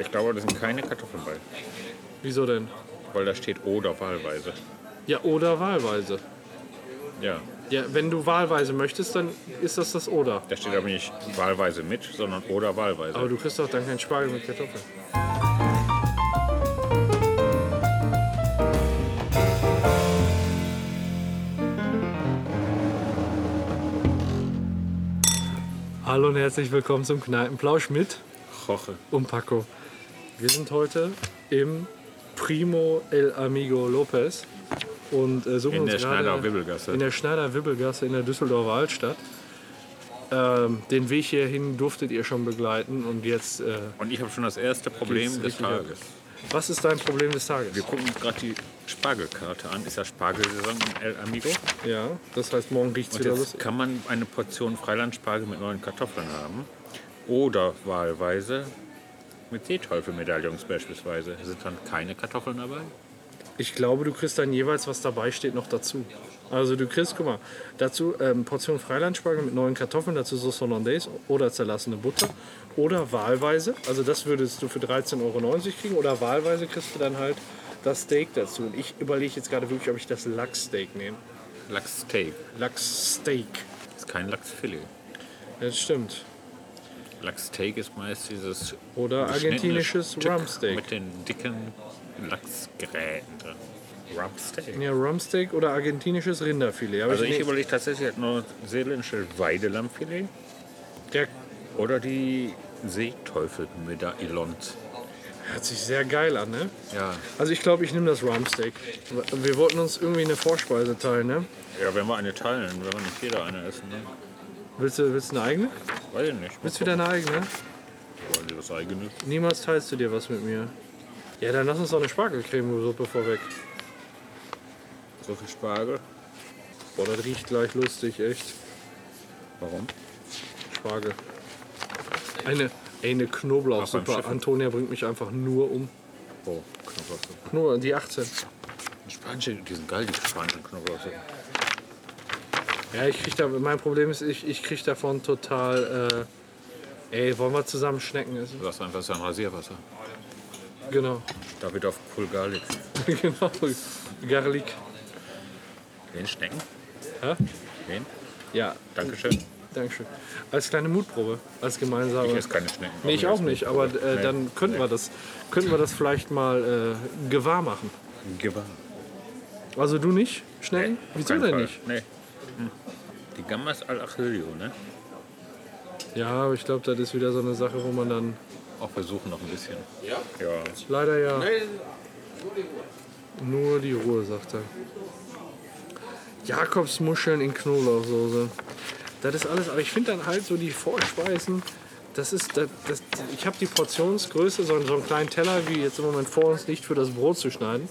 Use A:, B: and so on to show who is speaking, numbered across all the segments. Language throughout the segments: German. A: Ich glaube, das sind keine Kartoffeln bei,
B: Wieso denn?
A: weil da steht oder wahlweise.
B: Ja, oder wahlweise.
A: Ja,
B: Ja, wenn du wahlweise möchtest, dann ist das das oder.
A: da steht aber nicht wahlweise mit, sondern oder wahlweise.
B: Aber du kriegst doch dann keinen Spargel mit Kartoffeln. Hallo und herzlich willkommen zum Kneipenplausch mit
A: Koche.
B: und Um Paco. Wir sind heute im Primo El Amigo Lopez und äh, suchen
A: In
B: uns
A: der
B: gerade- in
A: Schneider-Wibbelgasse.
B: der Schneider-Wibbelgasse in der Düsseldorfer Altstadt. Ähm, den Weg hierhin durftet ihr schon begleiten und jetzt, äh,
A: Und ich habe schon das erste Problem
B: Geht's
A: des
B: richtig ab.
A: Tages.
B: was ist dein Problem des Tages?
A: Wir gucken uns gerade die Spargelkarte an. Ist ja Spargelsaison im El Amigo.
B: Ja, das heißt, morgen riecht es
A: Und
B: wieder los.
A: jetzt kann man eine Portion Freilandspargel mit neuen Kartoffeln haben. Oder wahlweise mit Seeteufelmedaillons beispielsweise. Sind dann keine Kartoffeln dabei?
B: Ich glaube, du kriegst dann jeweils, was dabei steht, noch dazu. Also du kriegst, guck mal, dazu ähm, Portion Freilandspargel mit neuen Kartoffeln, dazu Sauce Hollandaise oder zerlassene Butter. Oder wahlweise, also das würdest du für 13,90 Euro kriegen, oder wahlweise kriegst du dann halt das Steak dazu. Und ich überlege jetzt gerade wirklich, ob ich das Lachssteak nehme.
A: Lachssteak.
B: Lachssteak.
A: Ist kein Lachsfilet.
B: Das stimmt.
A: Lachssteak ist meist dieses
B: Oder
A: geschnittene
B: argentinisches
A: Stück
B: Rumpsteak.
A: Mit den dicken Lachsgräten drin. Rumpsteak.
B: Ja, Rumsteak oder argentinisches Rinderfilet. Aber
A: Also
B: ich
A: ich
B: nehm-
A: überlege tatsächlich nur seeländische Weidelammfilet
B: der
A: oder die Seeteufelmedaillons.
B: hört sich sehr geil an, ne?
A: Ja.
B: Also ich glaube, ich nehme das Rumsteak. Wir wollten uns irgendwie eine Vorspeise teilen, ne?
A: ja, wenn wir eine teilen, wenn wir nicht jeder eine essen. Ne?
B: Willst du, willst du eine eigene?
A: Weiß ich nicht.
B: Willst du wieder eine eigene?
A: Wollen Sie das eigene?
B: Niemals teilst du dir was mit mir. Ja, dann lass uns doch eine Spargelcremesuppe vorweg.
A: So viel Spargel?
B: Boah, das riecht gleich lustig, echt.
A: Warum?
B: Spargel. Eine, ey, eine
A: Ach, beim
B: Knoblauchsuppe.
A: Schiffen.
B: Antonia bringt mich einfach nur um.
A: Oh, Knoblauchsuppe.
B: Knoblauch, die 18.
A: Spanische, die sind geil, die spanischen Knoblauchsuppe.
B: Ja, ich krieg da, mein Problem ist, ich, ich krieg davon total, äh, ey, wollen wir zusammen Schnecken essen?
A: Du hast einfach sein Rasierwasser.
B: Genau,
A: Da wird auf Cool Garlic.
B: genau, Garlic.
A: Wen Schnecken?
B: Hä?
A: Wen?
B: Ja,
A: Dankeschön.
B: Dankeschön. Als kleine Mutprobe, als
A: Ich
B: gemeinsame.
A: esse keine Schnecken.
B: Nee, ich auch nicht, aber äh,
A: Nee.
B: dann könnten wir das, könnten wir das vielleicht mal äh, gewahr machen.
A: Gewahr.
B: Also du nicht, Schnecken?
A: auf
B: Wieso
A: keinen
B: denn
A: Fall.
B: nicht?
A: Nee. Hm. Die Gammas al Achillio, ne?
B: Ja, aber ich glaube, das ist wieder so eine Sache, wo man dann
A: Auch versuchen noch ein bisschen. Ja? Ja.
B: leider ja nur die Ruhe sagt er. Jakobsmuscheln in Knoblauchsoße. Das ist alles, aber ich finde dann halt so die Vorspeisen, das ist, das, das, ich habe die Portionsgröße, so, einen- so einen kleinen Teller, wie jetzt im Moment vor uns liegt, für das Brot zu schneiden,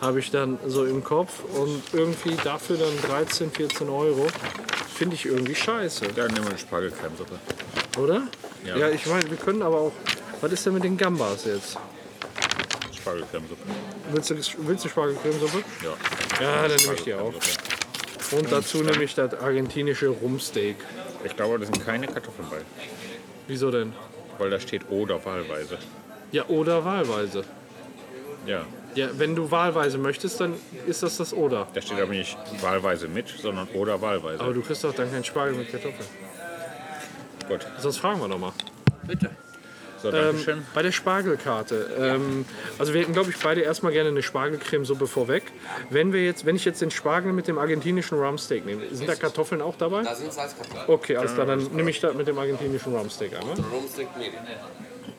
B: habe ich dann so im Kopf und irgendwie dafür dann 13, 14 Euro, finde ich irgendwie scheiße,
A: Dann nehmen wir eine Spargelcremesuppe.
B: oder? Ja,
A: Ja.
B: ich meine, wir können aber auch, was ist denn mit den Gambas jetzt?
A: Spargelcremesuppe.
B: Willst du, willst du Spargelcremesuppe?
A: Ja.
B: Ja, dann nehme ich die auch.
A: Spargelcremesuppe.
B: Und dazu nehme ich das argentinische Rumsteak.
A: Ich glaube, das sind keine Kartoffeln bei,
B: Wieso denn?
A: weil da steht oder wahlweise.
B: Ja, oder wahlweise.
A: Ja.
B: Ja, wenn du wahlweise möchtest, dann ist das das oder.
A: Da steht aber nicht wahlweise mit, sondern oder wahlweise.
B: Aber du kriegst doch dann keinen Spargel mit Kartoffeln.
A: Gut.
B: Sonst fragen wir doch mal.
A: So, Dankeschön.
B: Ähm, bei der Spargelkarte. Ähm, also wir hätten, glaube ich, beide erstmal gerne eine Spargelcremesuppe vorweg. Wenn, wir jetzt, wenn ich jetzt den Spargel mit dem argentinischen Rumsteak nehme, sind da Kartoffeln auch dabei?
C: Da sind Salzkartoffeln.
B: Okay, alles klar, dann nehme ich das mit dem argentinischen Rumsteak einmal.
C: Rumstick Medium,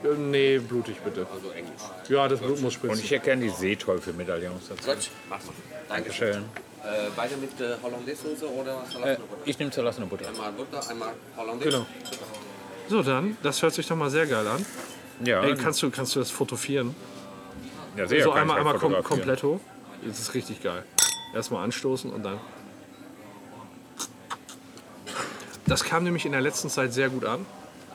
B: Äh, Nee, blutig bitte.
C: also Englisch.
B: Ja, das Blut muss
A: Und
B: spitzen.
A: ich erkenne die Seeteufel-Medaillons dazu.
C: Deutsch? Mach mal. Dankeschön.
A: Schön.
C: Äh, beide mit äh, Hollandaise-Soße oder
A: Äh,
C: Salat?
A: ich nehme zerlassene Butter.
C: Einmal Butter, einmal Hollandaise.
B: Genau. So, dann, das hört sich doch mal sehr geil an.
A: Ja,
B: Ey, kannst, du, kannst du das fotografieren?
A: ja sehr
B: so
A: kann ich
B: einmal,
A: halt
B: einmal kom
A: fotografieren.
B: komplett hoch. Das ist richtig geil. Erstmal anstoßen und dann. Das kam nämlich in der letzten Zeit sehr gut an.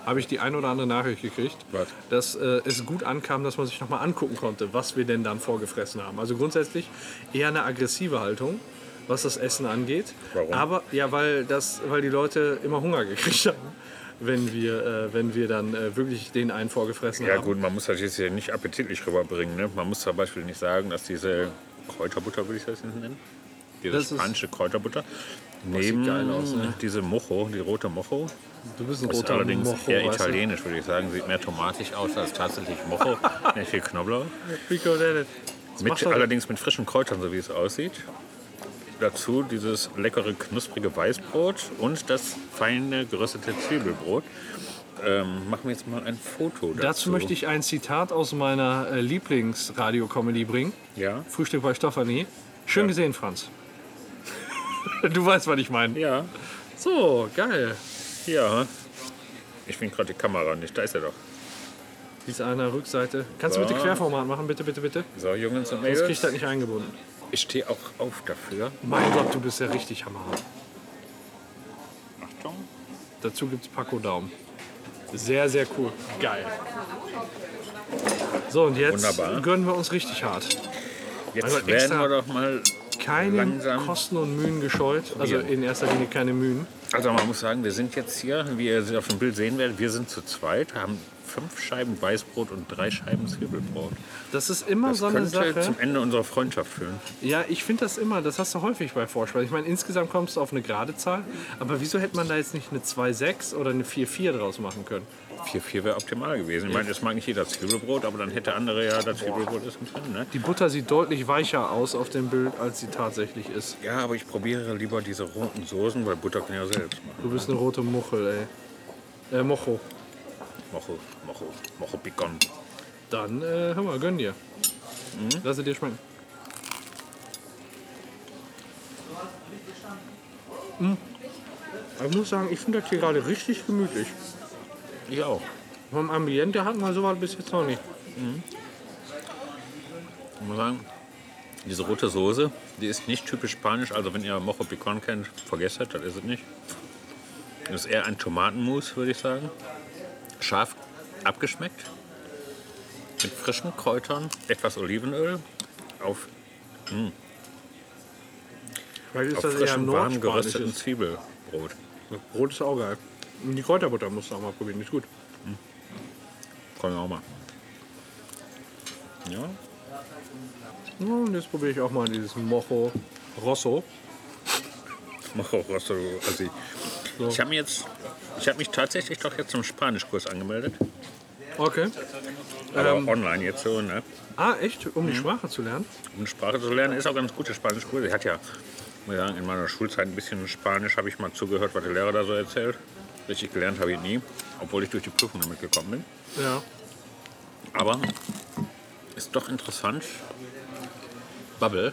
B: Habe ich die ein oder andere Nachricht gekriegt,
A: Was?
B: dass äh, es gut ankam, dass man sich nochmal angucken konnte, was wir denn dann vorgefressen haben. Also grundsätzlich eher eine aggressive Haltung, was das Essen angeht.
A: Warum?
B: Aber ja, weil, das, weil die Leute immer Hunger gekriegt haben. wenn wir, äh, wenn wir dann äh, wirklich den einen vorgefressen
A: Ja
B: haben.
A: gut, man muss das jetzt hier nicht appetitlich rüberbringen. Ne? Man muss zum Beispiel nicht sagen, dass diese Kräuterbutter, würde ich das jetzt nennen, diese
B: Das ist-
A: spanische Kräuterbutter, neben
B: geil aus, ne?
A: diese Mocho, die rote Mocho,
B: Du bist ein
A: ist
B: roter
A: allerdings
B: Mocho,
A: eher
B: weißt du?
A: italienisch, würde ich sagen. Sieht mehr tomatisch aus als tatsächlich Mocho, nicht viel Knoblauch.
B: Picolette. macht
A: Mit,
B: doch-
A: allerdings mit frischen Kräutern, so wie es aussieht. Dazu dieses leckere, knusprige Weißbrot und das feine, geröstete Zwiebelbrot. Ähm, machen wir jetzt mal ein Foto dazu.
B: Dazu möchte ich ein Zitat aus meiner äh, Lieblingsradio-Comedy bringen.
A: Ja.
B: Frühstück bei Stefanie. Schön gesehen, Franz. du weißt, was ich meine.
A: Ja.
B: So, geil.
A: Ja. Ich bin gerade die Kamera nicht. Da ist er doch.
B: Die ist an der Rückseite. Kannst du
A: So.
B: bitte Querformat machen, bitte, bitte, bitte?
A: So, Jungs und
B: Sonst krieg ich
A: Mädels.
B: das nicht eingebunden.
A: Ich stehe auch auf dafür.
B: Mein Gott, du bist ja richtig hammerhart.
A: Achtung.
B: Dazu gibt's Paco Daumen. Sehr, sehr cool. Geil. So, und jetzt
A: Wunderbar.
B: gönnen wir uns richtig hart.
A: Jetzt
B: Also
A: werden
B: extra-
A: wir doch mal.
B: Keine
A: Langsam.
B: Kosten und Mühen gescheut. Also
A: Probieren.
B: in erster Linie keine Mühen.
A: Also, man muss sagen, wir sind jetzt hier, wie ihr auf dem Bild sehen werdet, wir sind zu zweit, haben fünf Scheiben Weißbrot und drei Scheiben Zwiebelbrot.
B: Das ist immer
A: Das
B: so eine
A: könnte
B: Sache.
A: zum Ende unserer Freundschaft führen.
B: Ja, ich finde das immer, das hast du häufig bei Vorspeisen. Ich meine, insgesamt kommst du auf eine gerade Zahl, aber wieso hätte man da jetzt nicht eine 2,6 oder eine 4,4 draus machen können?
A: 4-4 wäre optimal gewesen. Ich meine, das mag nicht jeder Zwiebelbrot, aber dann hätte andere ja, das Zwiebelbrot ist mit drin. Ne?
B: Die Butter sieht deutlich weicher aus auf dem Bild, als sie tatsächlich ist.
A: Ja, aber ich probiere lieber diese roten Soßen, weil Butter kann ich ja selbst machen.
B: Du bist eine rote Muchel, ey. Äh, Mocho.
A: Mocho, Mocho, Mocho Picon.
B: Dann, äh, hör mal, gönn dir. Lass es dir schmecken. Mhm. Ich muss sagen, ich finde das hier gerade richtig gemütlich.
A: Ich auch.
B: Vom Ambiente hatten wir sowas bis jetzt noch nicht.
A: Ich muss sagen, diese rote Soße, die ist nicht typisch spanisch. Also wenn ihr Mojo Picon kennt, vergesst das, das ist es nicht. Das ist eher ein Tomatenmus, würde ich sagen. Scharf abgeschmeckt. Mit frischen Kräutern, etwas Olivenöl. Auf,
B: Vielleicht
A: auf
B: ist das eher
A: frischen, warm
B: nordspanisches.
A: gerösteten Zwiebelbrot.
B: Brot ist auch geil. Und Die Kräuterbutter musst du auch mal probieren, die ist gut.
A: Können wir auch mal. Ja,
B: Ja, Und jetzt probiere ich auch mal dieses Mocho Rosso.
A: mach auch was so. Also ich ich habe jetzt. Ich habe mich tatsächlich doch jetzt zum Spanischkurs angemeldet.
B: Okay.
A: Aber
B: Ähm.
A: online jetzt so, ne?
B: Ah, echt? Um die Sprache zu lernen?
A: Um Sprache zu lernen, ist auch ganz gute Spanischkurse. Ich hatte ja, muss ich sagen, in meiner Schulzeit ein bisschen Spanisch, habe ich mal zugehört, was der Lehrer da so erzählt. Richtig gelernt habe ich nie, obwohl ich durch die Prüfung damit gekommen bin.
B: Ja.
A: Aber ist doch interessant. Bubble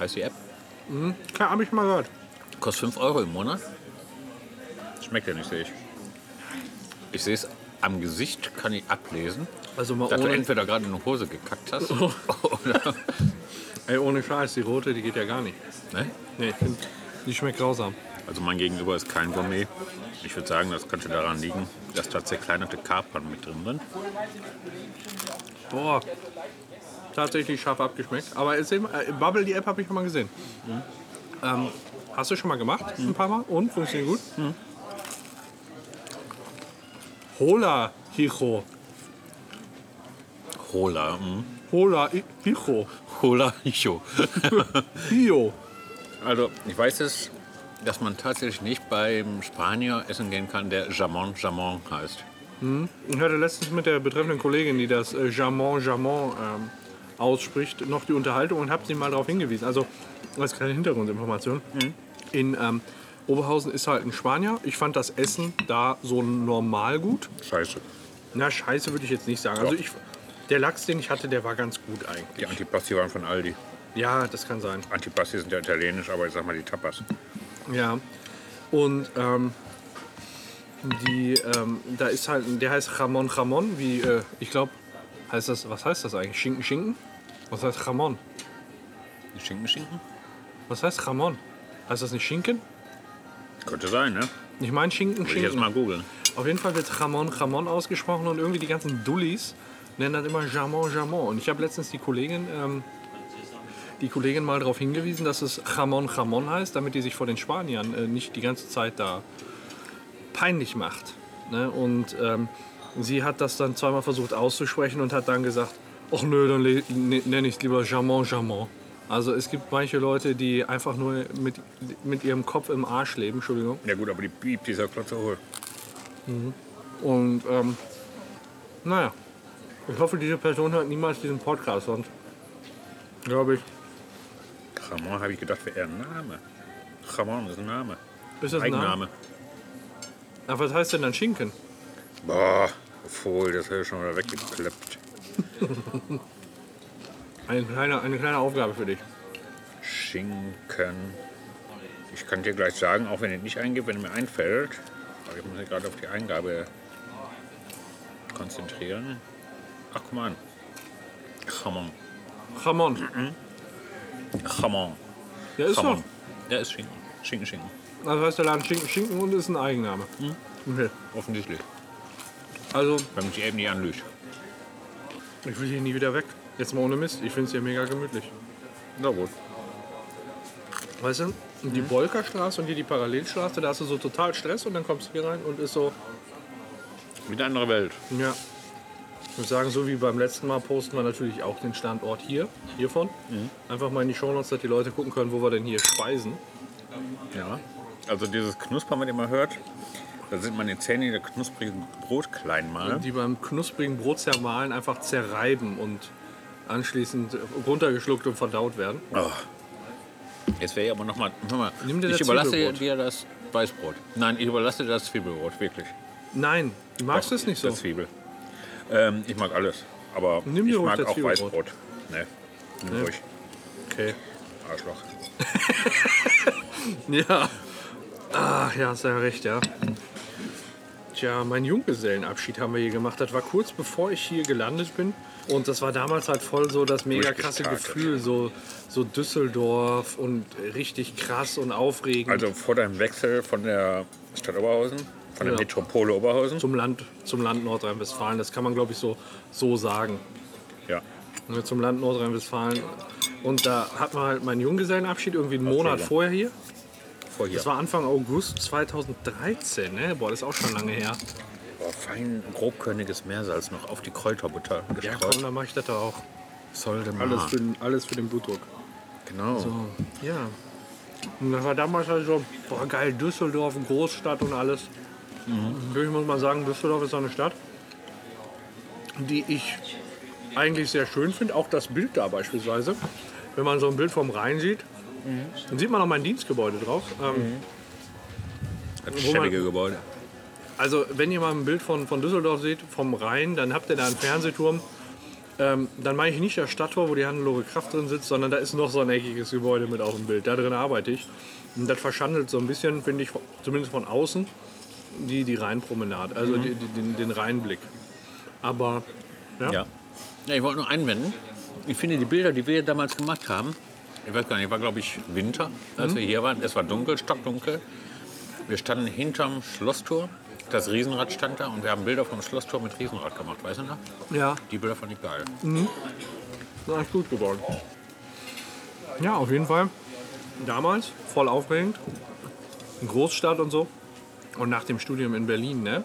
A: heißt die App.
B: Klar, habe ich mal gehört.
A: Kostet 5 Euro im Monat. Schmeckt ja nicht, sehe ich. Ich sehe es am Gesicht, kann ich ablesen,
B: Also mal
A: dass du
B: ohne,
A: entweder gerade in eine Hose gekackt hast oder.
B: ey, ohne Scheiß, die rote, die geht ja gar nicht.
A: Ne?
B: Nee, ich find, die schmeckt grausam.
A: Also mein Gegenüber ist kein Gourmet. Ich würde sagen, das könnte daran liegen, dass da zerkleinerte Kapern mit drin sind.
B: Boah. Tatsächlich scharf abgeschmeckt. Aber erzähl mal, äh, Bubble, die App habe ich schon mal gesehen. Ähm, hast du schon mal gemacht? Ein paar Mal? Und? Funktioniert gut? Hola, Hijo.
A: Hola. mm.
B: Hola, I- Hijo.
A: Hola, Icho.
B: Hio.
A: also ich weiß es, dass man tatsächlich nicht beim Spanier essen gehen kann, der Jamon Jamon heißt.
B: Ich hatte letztens mit der betreffenden Kollegin, die das äh, Jamon Jamon ähm, ausspricht, noch die Unterhaltung und habe sie mal darauf hingewiesen. Also, als kleine Hintergrundinformation. In ähm, Oberhausen ist halt ein Spanier. Ich fand das Essen da so normal gut.
A: Scheiße.
B: Na, scheiße würde ich jetzt nicht sagen. Also,
A: Doch.
B: ich, der Lachs, den ich hatte, der war ganz gut eigentlich.
A: Die Antipasti waren von Aldi.
B: Ja, das kann sein.
A: Antipasti sind ja italienisch, aber ich sag mal die Tapas.
B: Ja. Und ähm, die, ähm, da ist halt, der heißt Ramon Ramon, wie äh, ich glaube, heißt das, was heißt das eigentlich? Schinken Schinken? Was heißt Ramon?
A: Schinken, Schinken?
B: Was heißt Ramon? Heißt das nicht Schinken?
A: Könnte sein, ne?
B: Ich meine Schinken
A: Will ich jetzt
B: Schinken.
A: mal googeln.
B: Auf jeden Fall wird Ramon Ramon ausgesprochen und irgendwie die ganzen Dullis nennen das immer Jamon Jamon. Und ich habe letztens die Kollegin, ähm, die Kollegin mal darauf hingewiesen, dass es Ramon Ramon heißt, damit die sich vor den Spaniern äh, nicht die ganze Zeit da peinlich macht. Ne? Und ähm, sie hat das dann zweimal versucht auszusprechen und hat dann gesagt, ach nö, dann le- ne- nenne ich es lieber Jamon Jamon. Also es gibt manche Leute, die einfach nur mit, mit ihrem Kopf im Arsch leben, Entschuldigung.
A: Ja gut, aber die piept, die ist ja klotze oh. hohl.
B: Und ähm, naja, ich hoffe, diese Person hört niemals diesen Podcast, sonst glaube ich,
A: Ramon habe ich gedacht, wäre eher ein Name. Ramon ist ein Name.
B: ist das ein Name.
A: Eigenname.
B: Aber was heißt denn dann Schinken?
A: Boah, Fohl, das habe ich schon wieder weggeklappt.
B: Eine kleine, eine kleine Aufgabe für dich.
A: Schinken. Ich kann dir gleich sagen, auch wenn ihr nicht eingebt, wenn mir einfällt. Aber ich muss mich gerade auf die Eingabe konzentrieren. Ach, guck mal an. Ramon.
B: Jamon.
A: Ramon.
B: Ja, ist doch.
A: Ramon. Ja, ist Schinken. Schinken, Schinken.
B: Also heißt der Laden Schinken Schinken und ist ein Eigenname. Okay.
A: Offensichtlich.
B: Also,
A: Wenn mich eben nicht anlügt.
B: ich will hier nie wieder weg. Jetzt mal ohne Mist. Ich finde es hier mega gemütlich.
A: Na gut.
B: Weißt du, die Bolkerstraße und hier die Parallelstraße, da hast du so total Stress und dann kommst du hier rein und ist so,
A: Wieder andere Welt.
B: ja. Ich muss sagen, so wie beim letzten Mal posten wir natürlich auch den Standort hier, hiervon. Einfach mal in die Shownotes, dass die Leute gucken können, wo wir denn hier speisen.
A: Ja. Also dieses Knuspern, was ihr mal hört, da sind meine Zähne in der knusprigen Brot klein mal.
B: Die beim knusprigen Brot zermahlen einfach zerreiben und anschließend runtergeschluckt und verdaut werden.
A: Oh. Jetzt wäre ich aber nochmal. Noch mal.
B: Nimm dir
A: ich
B: das
A: überlasse
B: Zwiebelbrot.
A: dir das Weißbrot. Nein, ich überlasse dir das Zwiebelbrot, wirklich.
B: Nein, du magst es nicht so.
A: Das Zwiebel. Ähm, ich mag alles. Aber
B: Nimm dir
A: ich
B: ruhig
A: mag
B: das
A: auch
B: Zwiebelbrot.
A: Weißbrot. Nee. Nimm ruhig.
B: Okay.
A: Arschloch.
B: Ja. Ach ja, hast ja recht, ja. Tja, meinen Junggesellenabschied haben wir hier gemacht. Das war kurz bevor ich hier gelandet bin. Und das war damals halt voll so das mega krasse
A: Durchgestartet.
B: Gefühl. So, so Düsseldorf und richtig krass und aufregend.
A: Also vor deinem Wechsel von der Stadt Oberhausen, von der
B: Ja.
A: Metropole Oberhausen.
B: zum Land, zum Land Nordrhein-Westfalen. Das kann man, glaube ich, so, so sagen.
A: Ja.
B: Ne, Zum Land Nordrhein-Westfalen. Und da hat man halt meinen Junggesellenabschied irgendwie einen Monat
A: Entschuldigung.
B: vorher hier.
A: Vor hier.
B: Das war Anfang August 2013, ne? Boah, das ist auch schon lange her.
A: Boah, Oh, fein grobkörniges Meersalz noch auf die Kräuterbutter
B: Ja,
A: gestreut.
B: komm, dann mache ich das da auch.
A: Sollte mal.
B: Alles, für den, alles für den Blutdruck.
A: genau.
B: Ja. Und das war damals halt so, boah geil, Düsseldorf, Großstadt und alles. Ich muss mal sagen, Düsseldorf ist so eine Stadt, die ich eigentlich sehr schön finde. Auch das Bild da beispielsweise. Wenn man so ein Bild vom Rhein sieht, dann sieht man auch mein Dienstgebäude drauf. Ähm,
A: Das
B: Wo man-
A: schäbige Gebäude.
B: Also, wenn ihr mal ein Bild von, von Düsseldorf seht, vom Rhein, dann habt ihr da einen Fernsehturm. Ähm, dann meine ich nicht das Stadttor, wo die Hannelore Kraft drin sitzt, sondern da ist noch so ein eckiges Gebäude mit auf dem Bild. Da drin arbeite ich. Und das verschandelt so ein bisschen, finde ich, zumindest von außen, die, die Rheinpromenade, also die, die, den, den Rheinblick. Aber
A: Ja. ja ich wollte nur einwenden. Ich finde die Bilder, die wir damals gemacht haben, ich weiß gar nicht, war glaube ich Winter, als
B: Mhm.
A: wir hier waren. Es war dunkel, stockdunkel. Wir standen hinterm Schlosstor. Das Riesenrad stand da und wir haben Bilder vom Schlosstor mit Riesenrad gemacht, weißt du noch?
B: ja,
A: Die Bilder fand ich geil.
B: Na, ist gut geworden. Ja, auf jeden Fall. Damals voll aufregend. Großstadt und so. Und nach dem Studium in Berlin, ne?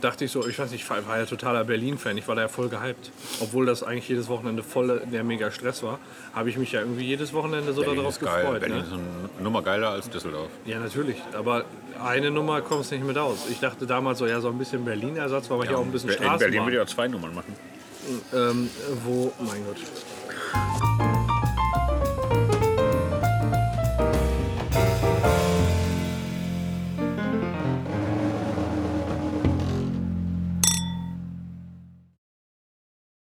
B: Dachte ich so, ich weiß nicht, ich war ja totaler Berlin-Fan. Ich war da ja voll gehypt. Obwohl das eigentlich jedes Wochenende voll der mega Stress war, habe ich mich ja irgendwie jedes Wochenende so
A: Berlin
B: darauf
A: ist geil.
B: gefreut.
A: Berlin
B: Ne?
A: ist eine Nummer geiler als Düsseldorf.
B: Ja, natürlich. Aber eine Nummer kommst nicht mit aus. Ich dachte damals so, ja, so ein bisschen Berlin-Ersatz, weil wir hier auch ein bisschen
A: In Berlin
B: Straßenbahn.
A: würde ich auch zwei Nummern machen.
B: Ähm, wo, mein Gott,